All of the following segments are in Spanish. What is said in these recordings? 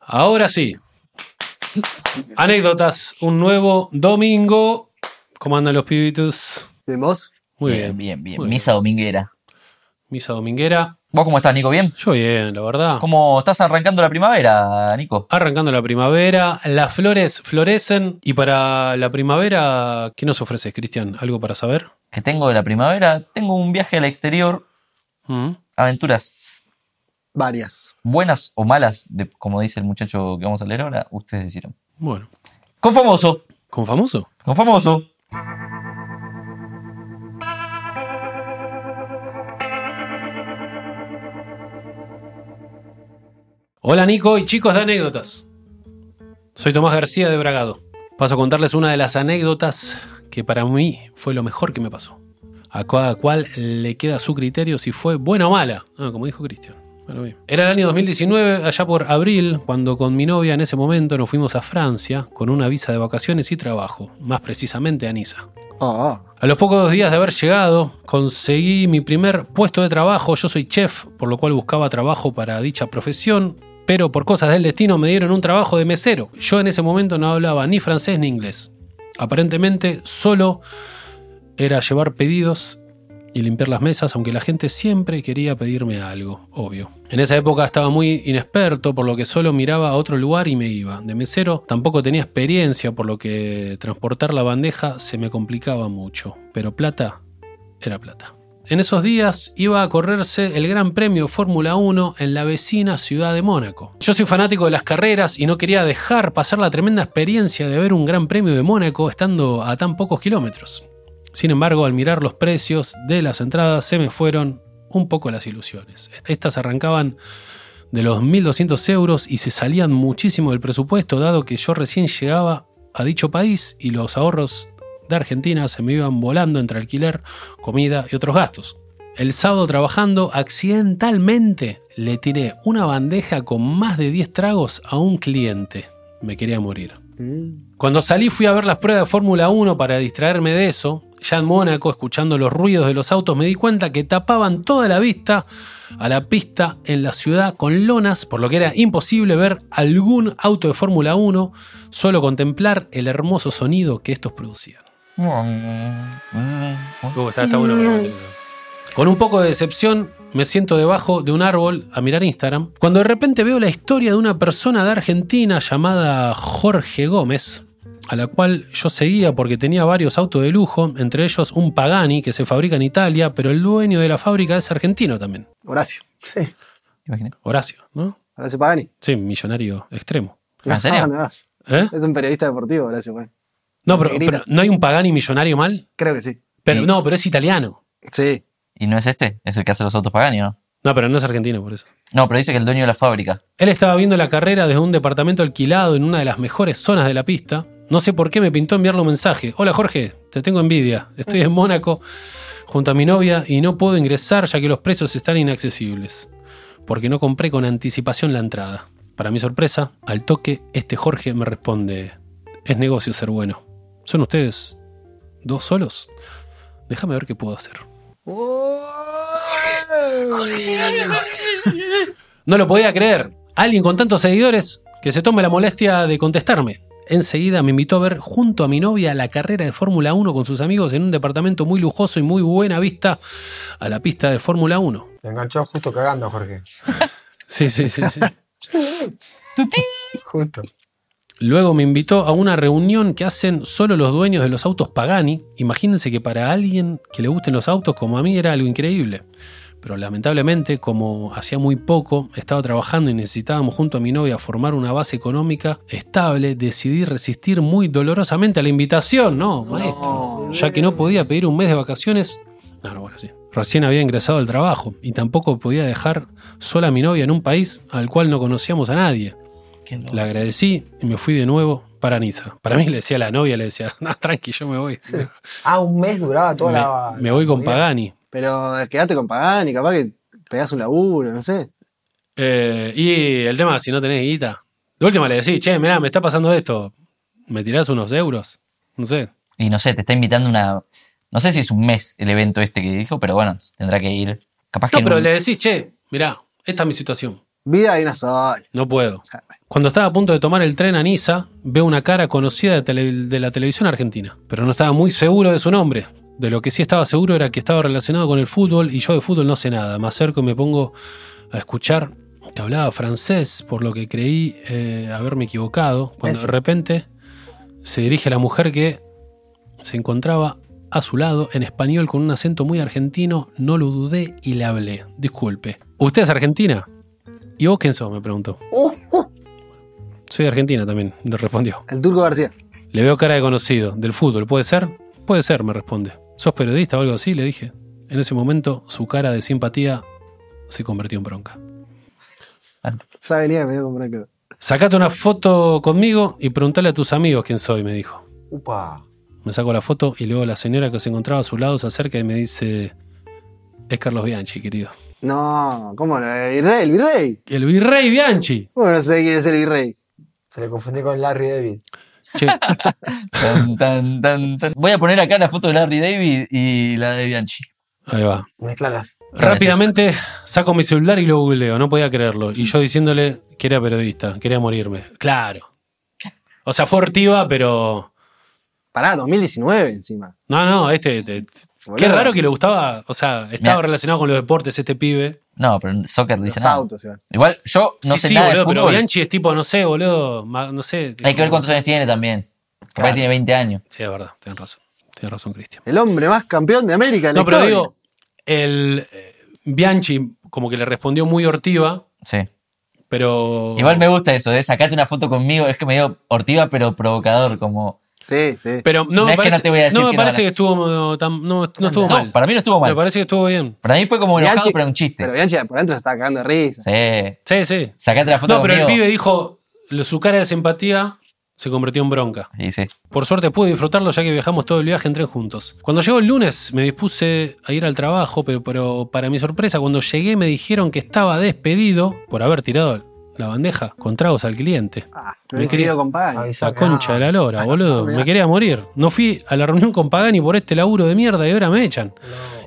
Ahora sí. Anécdotas. Un nuevo domingo. ¿Cómo andan los pibitos? ¿Bien vos? Muy bien, bien. bien, bien. muy Misa dominguera. Misa dominguera. ¿Vos cómo estás, Nico? ¿Bien? Yo bien, la verdad. ¿Cómo estás arrancando la primavera, Nico? Arrancando la primavera, las flores florecen. Y para la primavera, ¿qué nos ofreces, Cristian? ¿Algo para saber? Que tengo de la primavera? Tengo un viaje al exterior, Mm. aventuras Varias. buenas o malas, de- como dice el muchacho que vamos a leer ahora, ustedes decidieron. Bueno. Con famoso, ¿Con famoso? con famoso. Hola Nico y chicos de anécdotas. Soy Tomás García de Bragado. Paso a contarles una de las anécdotas que para mí fue lo mejor que me pasó. A cada cual le queda su criterio si fue buena o mala. Ah, como dijo Cristian. Bueno, bien. Era el año 2019, allá por abril, cuando con mi novia en ese momento nos fuimos a Francia con una visa de vacaciones y trabajo, más precisamente a Niza. Ah, ah. A los pocos días de haber llegado, conseguí mi primer puesto de trabajo. Yo soy chef, por lo cual buscaba trabajo para dicha profesión, pero por cosas del destino me dieron un trabajo de mesero. Yo en ese momento no hablaba ni francés ni inglés. Aparentemente solo era llevar pedidos y limpiar las mesas, aunque la gente siempre quería pedirme algo, obvio. En esa época estaba muy inexperto, por lo que solo miraba a otro lugar y me iba. De mesero tampoco tenía experiencia, por lo que transportar la bandeja se me complicaba mucho. Pero plata era plata. En esos días iba a correrse el Gran Premio Fórmula 1 en la vecina ciudad de Mónaco. Yo soy fanático de las carreras y no quería dejar pasar la tremenda experiencia de ver un Gran Premio de Mónaco estando a tan pocos kilómetros. Sin embargo, al mirar los precios de las entradas se me fueron un poco las ilusiones. Estas arrancaban de los 1.200 euros y se salían muchísimo del presupuesto, dado que yo recién llegaba a dicho país y los ahorros de Argentina se me iban volando entre alquiler, comida y otros gastos. El sábado trabajando, accidentalmente le tiré una bandeja con más de 10 tragos a un cliente. Me quería morir. Mm. Cuando salí fui a ver las pruebas de Fórmula 1 para distraerme de eso. Ya en Mónaco, escuchando los ruidos de los autos, me di cuenta que tapaban toda la vista a la pista en la ciudad con lonas, por lo que era imposible ver algún auto de Fórmula 1, solo contemplar el hermoso sonido que estos producían. Uh, Con un poco de decepción, me siento debajo de un árbol a mirar Instagram, cuando de repente veo la historia de una persona de Argentina llamada Jorge Gómez, a la cual yo seguía porque tenía varios autos de lujo, entre ellos un Pagani que se fabrica en Italia, pero el dueño de la fábrica es argentino también, Horacio. Sí. Imaginé. Horacio, ¿no? Horacio Pagani. Sí, millonario extremo. ¿En serio? No, no. ¿Eh? Es un periodista deportivo, Horacio Pagani. No, pero, Negrita. pero ¿no hay un Pagani millonario mal? Creo que sí. Pero, Sí. No, pero es italiano. Sí. ¿Y no es este? Es el que hace los autos Pagani, ¿no? No, pero no es argentino por eso. No, pero dice que el dueño de la fábrica. Él estaba viendo la carrera desde un departamento alquilado en una de las mejores zonas de la pista. No sé por qué me pintó enviarle un mensaje. Hola Jorge, te tengo envidia. Estoy en Mónaco junto a mi novia y no puedo ingresar ya que los precios están inaccesibles. Porque no compré con anticipación la entrada. Para mi sorpresa, al toque, este Jorge me responde. Es negocio ser bueno. ¿Son ustedes dos solos? Déjame ver qué puedo hacer. No lo podía creer. Alguien con tantos seguidores que se tome la molestia de contestarme. Enseguida me invitó a ver junto a mi novia la carrera de Fórmula 1 con sus amigos en un departamento muy lujoso y muy buena vista a la pista de Fórmula 1. Lo enganchó justo cagando, Jorge. Sí, sí, sí, sí. Justo. Luego me invitó a una reunión que hacen solo los dueños de los autos Pagani. Imagínense que para alguien que le gusten los autos como a mí era algo increíble. Pero lamentablemente, como hacía muy poco, estaba trabajando y necesitábamos junto a mi novia formar una base económica estable, decidí resistir muy dolorosamente a la invitación, ¿no? Maestro. Ya que no podía pedir un mes de vacaciones Claro, bueno, sí. Recién había ingresado al trabajo y tampoco podía dejar sola a mi novia en un país al cual no conocíamos a nadie. Qué loco. Le agradecí y me fui de nuevo para Niza. Para mí le decía a la novia, le decía, no, tranqui, yo me voy. Ah, un mes duraba toda me, la. me voy con movida. Pagani. Pero eh, quedate con Pagani, capaz que pegás un laburo, no sé. Eh, y el tema, si no tenés guita. De última le decís, che, mirá, me está pasando esto. ¿Me tirás unos euros? No sé. Y no sé, te está invitando una. No sé si es un mes el evento este que dijo, pero bueno, tendrá que ir. Capaz No, que. pero en un- le decís, che, mirá, esta es mi situación. Vida hay una sola. No puedo. Cuando estaba a punto de tomar el tren a Niza, veo una cara conocida de, tele- de la televisión argentina, pero no estaba muy seguro de su nombre. De lo que sí estaba seguro era que estaba relacionado con el fútbol y yo de fútbol no sé nada. Me acerco y me pongo a escuchar que hablaba francés, por lo que creí eh, haberme equivocado, cuando Messi. de repente se dirige a la mujer que se encontraba a su lado en español con un acento muy argentino, no lo dudé y le hablé. Disculpe. ¿Usted es argentina? ¿Y vos quién sos? me preguntó. Uh, uh, Soy de Argentina también, le respondió. el turco García. Le veo cara de conocido, del fútbol, ¿puede ser? Puede ser, me responde. ¿Sos periodista o algo así? Le dije. En ese momento, su cara de simpatía se convirtió en bronca. Ya venía medio con bronca. Sacate una foto conmigo y preguntale a tus amigos quién soy, me dijo. Upa. Me saco la foto y luego la señora que se encontraba a su lado se acerca y me dice: Es Carlos Bianchi, querido. No, ¿cómo no? El virrey, el virrey. El virrey Bianchi. ¿Cómo no sé quién es el virrey? Se le confundí con Larry David. Che, Tan, tan, tan, tan. Voy a poner acá la foto de Larry David y la de Bianchi. ahí va. Mezclalas. Rápidamente saco mi celular y lo googleo, no podía creerlo. Y yo diciéndole que era periodista, quería morirme. Claro. O sea, fue hortiva, pero. Pará, 2019 encima. No, no, este. te- te- qué Boludo. raro que le gustaba. O sea, estaba Mirá. relacionado con los deportes este pibe. No, pero soccer dice Los nada. autos, Iván. Igual yo no sí, sé sí, nada boludo, de pero fútbol. Bianchi es tipo, no sé, boludo. ma- no sé. Hay que ver cuántos años tiene también. Capaz Claro. tiene 20 años. Sí, es verdad, tienes razón. Tienes razón, Cristian. El hombre más campeón de América en la No, pero historia. digo, el. eh, Bianchi, como que le respondió muy hortiva, Sí. pero. Igual me gusta eso, ¿eh? Sacate una foto conmigo. Es que me dio hortiva, pero provocador. Como. Sí, sí. Pero no, No me es que parece, no te voy a decir no me que no parece ganaste. que estuvo, tan- no, no estuvo No, mal. para mí no estuvo mal. Me parece que estuvo bien. Para mí fue como enojado, Bianchi- pero un chiste. Pero Bianchi por dentro se estaba cagando de risa. Sí. Sí, sí. Sacate la foto No, pero el conmigo. pibe dijo, lo- su cara de simpatía se convirtió en bronca. Y sí. Por suerte pude disfrutarlo ya que viajamos todo el viaje en tren juntos. Cuando llegó el lunes me dispuse a ir al trabajo, pero, pero para mi sorpresa cuando llegué me dijeron que estaba despedido por haber tirado la bandeja con tragos al cliente. Ah, Me me hubiese quería- ido con Pagani. Avisame. La concha de la lora, Ah, boludo. no, Me mirá. quería morir. No fui a la reunión con Pagani por este laburo de mierda y ahora me echan.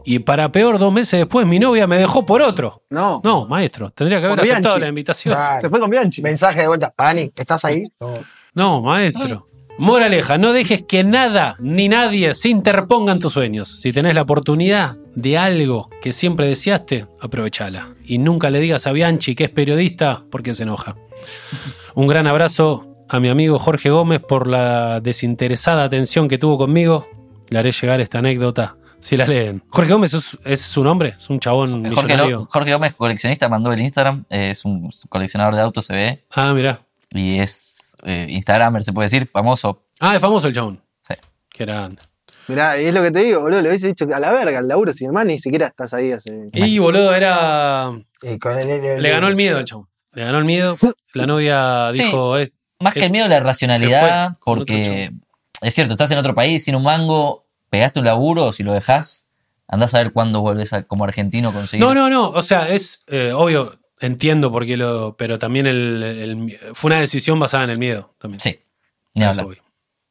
Y para peor, dos meses después, mi novia me dejó por otro. No. No, maestro, tendría que haber Por aceptado Bianchi. la invitación. Claro. Se fue con Bianchi. Mensaje de vuelta. Pagani, ¿estás ahí? No. No, maestro. Moraleja, no dejes que nada ni nadie se interponga en tus sueños. Si tenés la oportunidad de algo que siempre deseaste, aprovechala. Y nunca le digas a Bianchi que es periodista porque se enoja. Un gran abrazo a mi amigo Jorge Gómez por la desinteresada atención que tuvo conmigo. Le haré llegar esta anécdota si la leen. Jorge Gómez es, es su nombre, es un chabón Jorge, millonario. Lo- Jorge Gómez, coleccionista, mandó el Instagram. eh, Es un coleccionador de autos, se ve. Ah, mirá. Y es eh, Instagramer, se puede decir, famoso. Ah, es famoso el chabón. Sí. Qué grande. Mirá, y es lo que te digo, boludo. Le hubiese dicho a la verga el laburo, sin más ni siquiera estás ahí hace. Y boludo, era. Y Eh, con el, Le ganó el miedo al chabón. Le ganó el miedo. La novia Sí. dijo. eh, Más eh, que el miedo, la se racionalidad, fue con otro porque es cierto, estás en otro país, sin un mango, pegaste un laburo, si lo dejás, andás a ver cuándo vuelves a- como argentino a conseguir. No, no, no. O sea, es eh, obvio, entiendo por qué lo. Pero también el, el- fue una decisión basada en el miedo. También. Sí, ni Eso hablar. voy.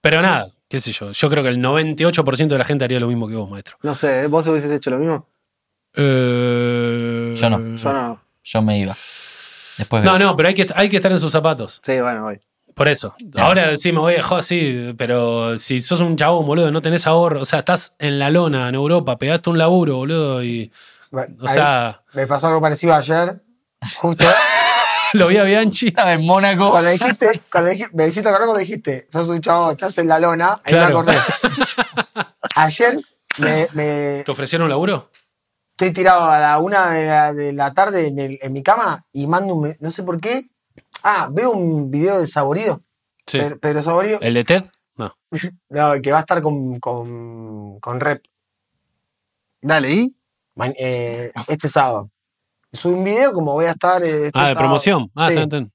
Pero nada, qué sé yo. Yo creo que el 98% de la gente haría lo mismo que vos, maestro. No sé, ¿vos hubieses hecho lo mismo? Eh, Yo no. Mm. Yo no. Yo me iba. Después No, veo. no, pero hay que, hay que estar en sus zapatos. Sí, bueno, voy. Por eso. Ahora sí me voy a joder, sí, pero si sos un chabón, boludo, no tenés ahorro. O sea, estás en la lona, en Europa, pegaste un laburo, boludo, y. O sea, Me pasó algo parecido ayer. Justo. lo vi a Bianchi. Estaba en Mónaco. cuando dijiste, cuando dijiste, me hiciste acordar cuando dijiste, sos un chavo, estás en la lona. Ahí me Claro. acordé. Ayer me, me- ¿Te ofrecieron laburo? estoy tirado a la una de la, de la tarde en, el- en mi cama y mando un. me- No sé por qué. Ah, veo un video de Saborido. Sí. Eh. Pedro, Pedro Saborido. ¿El de Este Ted? No. No, que va a estar con, con, con Rep. Dale, ¿y? Ma- eh, este sábado. Subí un video como voy a estar. eh, este ah, de sábado. promoción. Ah, Sí. está, está.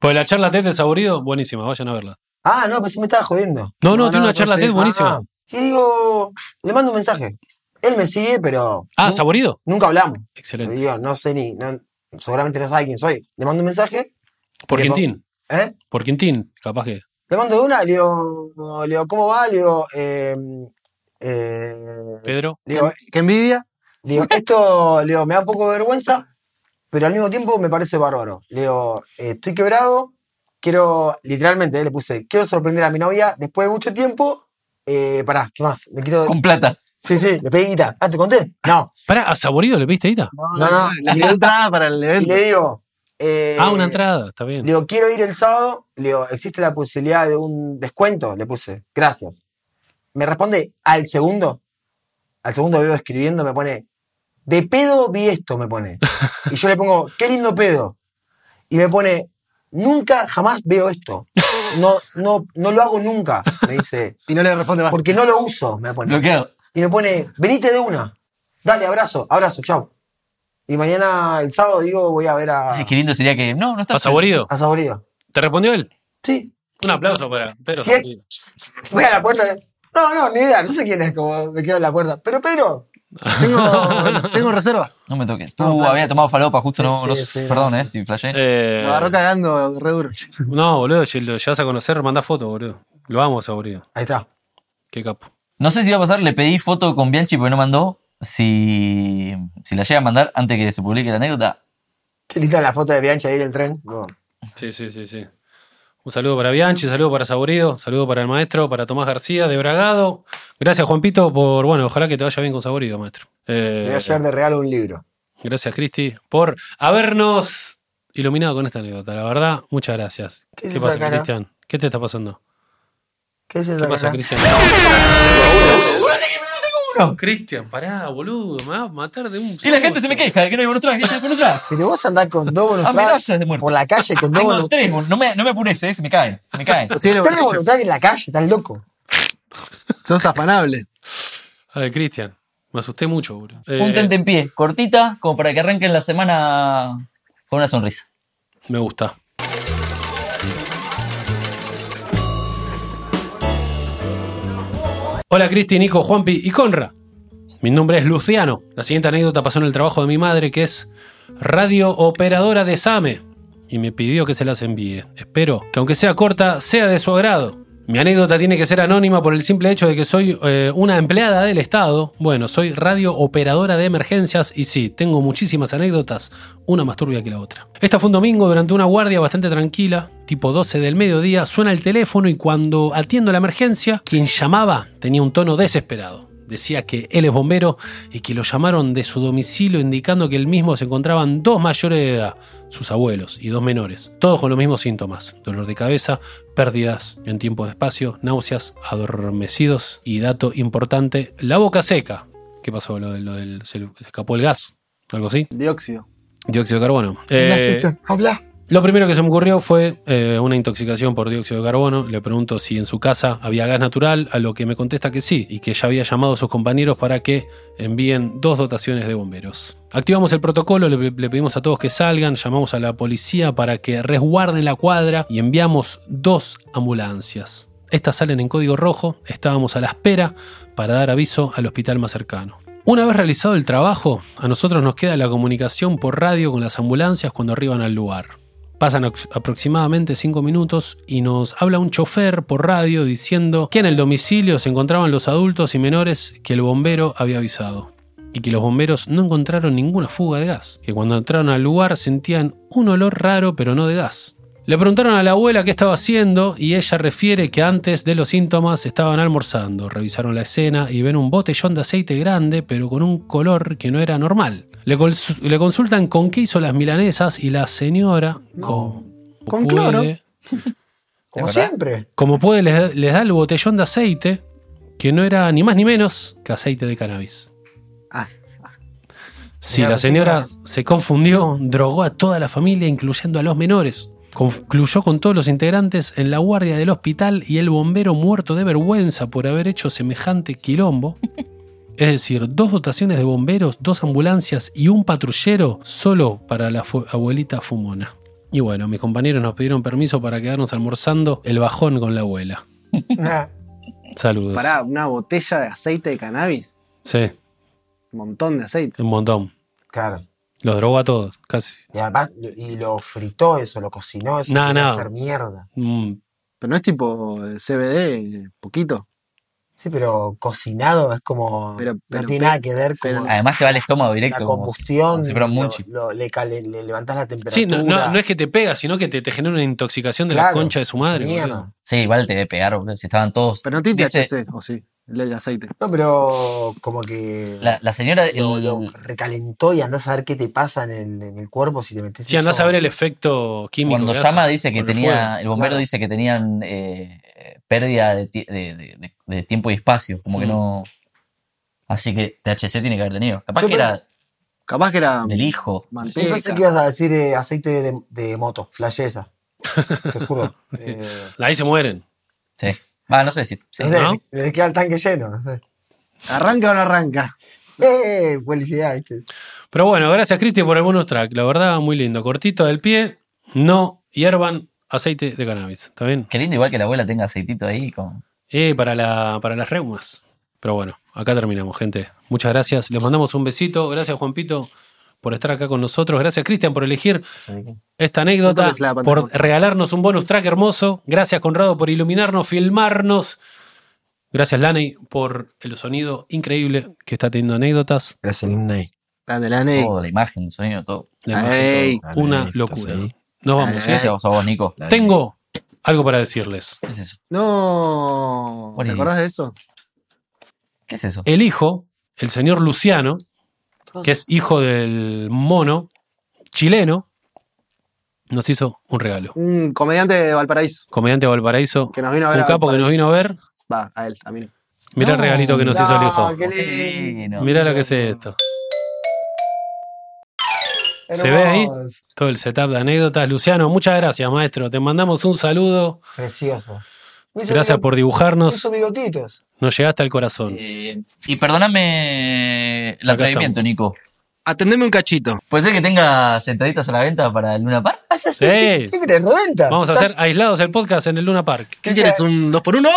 Pues la charla TED de Saborido, buenísima, vayan a verla. Ah, no, pues sí me estaba jodiendo. No, no, tiene una pues charla sí. TED buenísima. Ah, y digo, le mando un mensaje. Él me sigue, pero Ah, nu- Saborido. nunca hablamos. Le Excelente. digo, no sé ni, no- seguramente no sabe quién soy. Le mando un mensaje, Por Le pon- Quintín. ¿eh? Por Quintín, capaz que. Le mando de una, le digo, le digo, ¿cómo va? Le digo, eh, eh, Pedro. le digo, ¿Qué envidia? Digo, esto le digo, me da un poco de vergüenza, pero al mismo tiempo me parece bárbaro. Le digo, eh, estoy quebrado, quiero, literalmente, eh, le puse, quiero sorprender a mi novia después de mucho tiempo. Eh, pará, ¿qué más? Me quito. Con plata. Sí, sí, le pedí guita. Ah, ¿te conté? No, Pará, ¿a Saborido le pediste guita? no, no. La entrada para el Y evento. le digo, eh, Ah, una entrada, está Le bien. digo, quiero ir el sábado. Le digo, ¿existe la posibilidad de un descuento? Le puse, gracias. Me responde al segundo. Al segundo veo escribiendo, me pone, de pedo vi esto, me pone. Y yo le pongo, qué lindo pedo. Y me pone, nunca, jamás veo esto. No, no, no lo hago nunca, me dice. Y no le responde más. Porque no lo uso, me pone. Bloqueado. Y me pone, venite de una. Dale, abrazo, abrazo, chau. Y mañana, el sábado, digo, voy a ver a, Ay, qué lindo sería que. No, no está ¿A Saborido? a Saborido. ¿Te respondió él? Sí, Un aplauso para Pedro Sí. Saborido. Voy a la puerta. No, no, ni idea, no sé quién es, como me quedo en la puerta. Pero Pedro, Tengo, tengo reserva. No me toques. Tú habías tomado falopa, justo no. Sí, no- sí. perdón, eh, si flashé. Eh, Se agarró cagando re duro. no, boludo, si lo llegas a conocer, mandá foto, boludo. Lo amo, a Saborido. ahí está. Qué capo. No sé si va a pasar, le pedí foto con Bianchi porque no mandó. Si, si la llega a mandar antes que se publique la anécdota, Qué linda la foto de Bianchi ahí del tren. No. Sí, sí, sí, sí. Un saludo para Bianchi, saludo para Saborido, saludo para el maestro, para Tomás García de Bragado. Gracias, Juanpito, por. Bueno, ojalá que te vaya bien con Saborido, maestro. Eh, Le voy a llevar de regalo un libro. gracias, Cristi, por habernos iluminado con esta anécdota. La verdad, muchas gracias. ¿Qué ¿Qué, es esa pasa, cara? Cristian? ¿Qué te está pasando? ¿Qué es ¿Qué esa pasa, cosa? Cristian? Cristian, pará, boludo, me va a matar de un. Y la gente se me queja de que no hay bonus track, que no hay bonus track. Pero vos andás con dos bonus Amenazas track de muerte. por la calle con dos Tengo bonus tres, no me, no me apures, eh, se me caen, se me caen. Sí, lo- Tres bonus track en la calle, estás loco. Sos afanable. Ay, Cristian, me asusté mucho, boludo. Un Eh, tente en pie, cortita, como para que arranquen la semana con una sonrisa. Me gusta. Hola Cristi, Nico, Juanpi y Conra. Mi nombre es Luciano. La siguiente anécdota pasó en el trabajo de mi madre, que es radiooperadora de SAME, E, y me pidió que se las envíe. Espero que aunque sea corta, sea de su agrado. Mi anécdota tiene que ser anónima por el simple hecho de que soy eh, una empleada del Estado. Bueno, soy radiooperadora de emergencias y sí, tengo muchísimas anécdotas, una más turbia que la otra. Esta fue un domingo durante una guardia bastante tranquila, tipo 12 del mediodía, suena el teléfono y cuando atiendo la emergencia, quien llamaba tenía un tono desesperado. Decía que él es bombero y que lo llamaron de su domicilio indicando que el mismo se encontraban dos mayores de edad, sus abuelos y dos menores, todos con los mismos síntomas, dolor de cabeza, pérdidas en tiempo de espacio, náuseas, adormecidos y dato importante, la boca seca. ¿Qué pasó? Lo, de- lo del, se le escapó el gas, algo así, Dióxido. dióxido de carbono. Mirá, Eh, Cristian, habla. lo primero que se me ocurrió fue eh, una intoxicación por dióxido de carbono. Le pregunto si en su casa había gas natural, a lo que me contesta que sí, y que ya había llamado a sus compañeros para que envíen dos dotaciones de bomberos. Activamos el protocolo, le, le pedimos a todos que salgan, llamamos a la policía para que resguarden la cuadra y enviamos dos ambulancias. Estas salen en código rojo, estábamos a la espera para dar aviso al hospital más cercano. Una vez realizado el trabajo, a nosotros nos queda la comunicación por radio con las ambulancias cuando arriban al lugar. Pasan ax- aproximadamente 5 minutos y nos habla un chofer por radio diciendo que en el domicilio se encontraban los adultos y menores que el bombero había avisado y que los bomberos no encontraron ninguna fuga de gas, que cuando entraron al lugar sentían un olor raro pero no de gas. Le preguntaron a la abuela qué estaba haciendo y ella refiere que antes de los síntomas estaban almorzando, revisaron la escena y ven un botellón de aceite grande pero con un color que no era normal. Le, cons- le consultan con qué hizo las milanesas y la señora con, Con cloro. puede- Como verdad? siempre. como puede, les, les da el botellón de aceite que no era ni más ni menos que aceite de cannabis. Ah. Sí, Mirá, la recién señora cannabis. se confundió, drogó a toda la familia, incluyendo a los menores. Concluyó con todos los integrantes en la guardia del hospital y el bombero muerto de vergüenza por haber hecho semejante quilombo. Es decir, dos dotaciones de bomberos, dos ambulancias y un patrullero solo para la fu- abuelita fumona. Y bueno, mis compañeros nos pidieron permiso para quedarnos almorzando el bajón con la abuela. Ah, Pues- Saludos. Pará, una botella de aceite de cannabis. Sí, Un montón de aceite. un montón. claro. Los drogó a todos, casi. Y, además, y lo fritó eso, lo cocinó eso. No, No, no. hacer mierda. Mm, Pero no es tipo el CBD, poquito. Sí, pero cocinado es como. Pero- pero- no tiene nada que ver pero- con Además te va al estómago la directo. como si- combustión. como si fuera un lo- munchie. lo- le, cal- le levantás la temperatura. Sí, no, no- no es que te pega, sino que te, te genera una intoxicación de la Claro, concha de su madre. mierda. boludo. Sí, igual te debe pegar, boludo. Si estaban todos. Pero no tiene Dice- THC, o sí, el del aceite. No, pero como que. La, la señora. el- lo, lo recalentó y andás a ver qué te pasa en el, en el cuerpo si te metes Si andás eso. a ver el efecto químico. cuando que llama hace dice que con el tenía. fuego. el bombero Claro. dice que tenían eh, eh, pérdida de, ti- de- de- de- de tiempo y espacio. Como que Mm. no. Así que THC tiene que haber tenido. Capaz Yo que creo- era Capaz que era del hijo. Yo manteca. pensé que ibas a decir eh, aceite de, de moto, flasheza. Te juro. Eh, Ahí se mueren. Sí. Va, no sé si. sí. no sé, ¿no? le queda el tanque lleno, no sé. ¿Arranca o no arranca? ¡Eh! Publicidad, ¿viste? Pero bueno, gracias Cristi por algunos tracks. La verdad, muy lindo. Cortito del pie, no hiervan aceite de cannabis. ¿Está bien? Qué lindo, igual que la abuela tenga aceitito ahí. Con... Eh, para, la, para las reumas. Pero bueno, acá terminamos, gente. Muchas gracias. Les mandamos un besito. Gracias, Juanpito, por estar acá con nosotros. Gracias, Cristian, por elegir esta No anécdota, toques la pantalla. por regalarnos un bonus track hermoso. Gracias, Conrado, por iluminarnos, filmarnos. Gracias, Laney, por el sonido increíble que está teniendo anécdotas. Gracias, Lunay. La de Oh, la NEI. Todo, la imagen, el sueño, todo. Le mando Ey. todo. Una Dale, locura. estás ahí. Nos vamos. Sí, ¿eh? sí, vos, vos, Nico. Dale. Tengo algo para decirles. ¿Qué es eso? No. What ¿Te is- acordás de eso? ¿Qué es eso? El hijo, el señor Luciano, que es hijo del mono chileno, nos hizo un regalo. Un comediante de Valparaíso. Comediante de Valparaíso, Que nos vino a ver. un a capo que nos Valparaíso. vino a ver. Va, a él, a mí no. Mirá el No, regalito que nos hizo el hijo. qué Qué lindo. divino. Mirá lo que es esto. ¿Se ve ahí? Hermoso. Todo el setup de anécdotas. Luciano, muchas gracias, maestro. Te mandamos un saludo. Precioso. Me hizo Gracias bigot- por me dibujarnos. hizo bigotitos. Nos llegaste al corazón. Eh, y perdóname el Acá atrevimiento, estamos. Nico. Atendeme un cachito. ¿Puede ser que tenga sentaditas a la venta para el Luna Park? Ah, ya Sí. sé, ¿Qué, qué crees? ¿90? Vamos a hacer aislados el podcast en el Luna Park. ¡Oh! ¿Qué quieres? ¿Un 2 por 1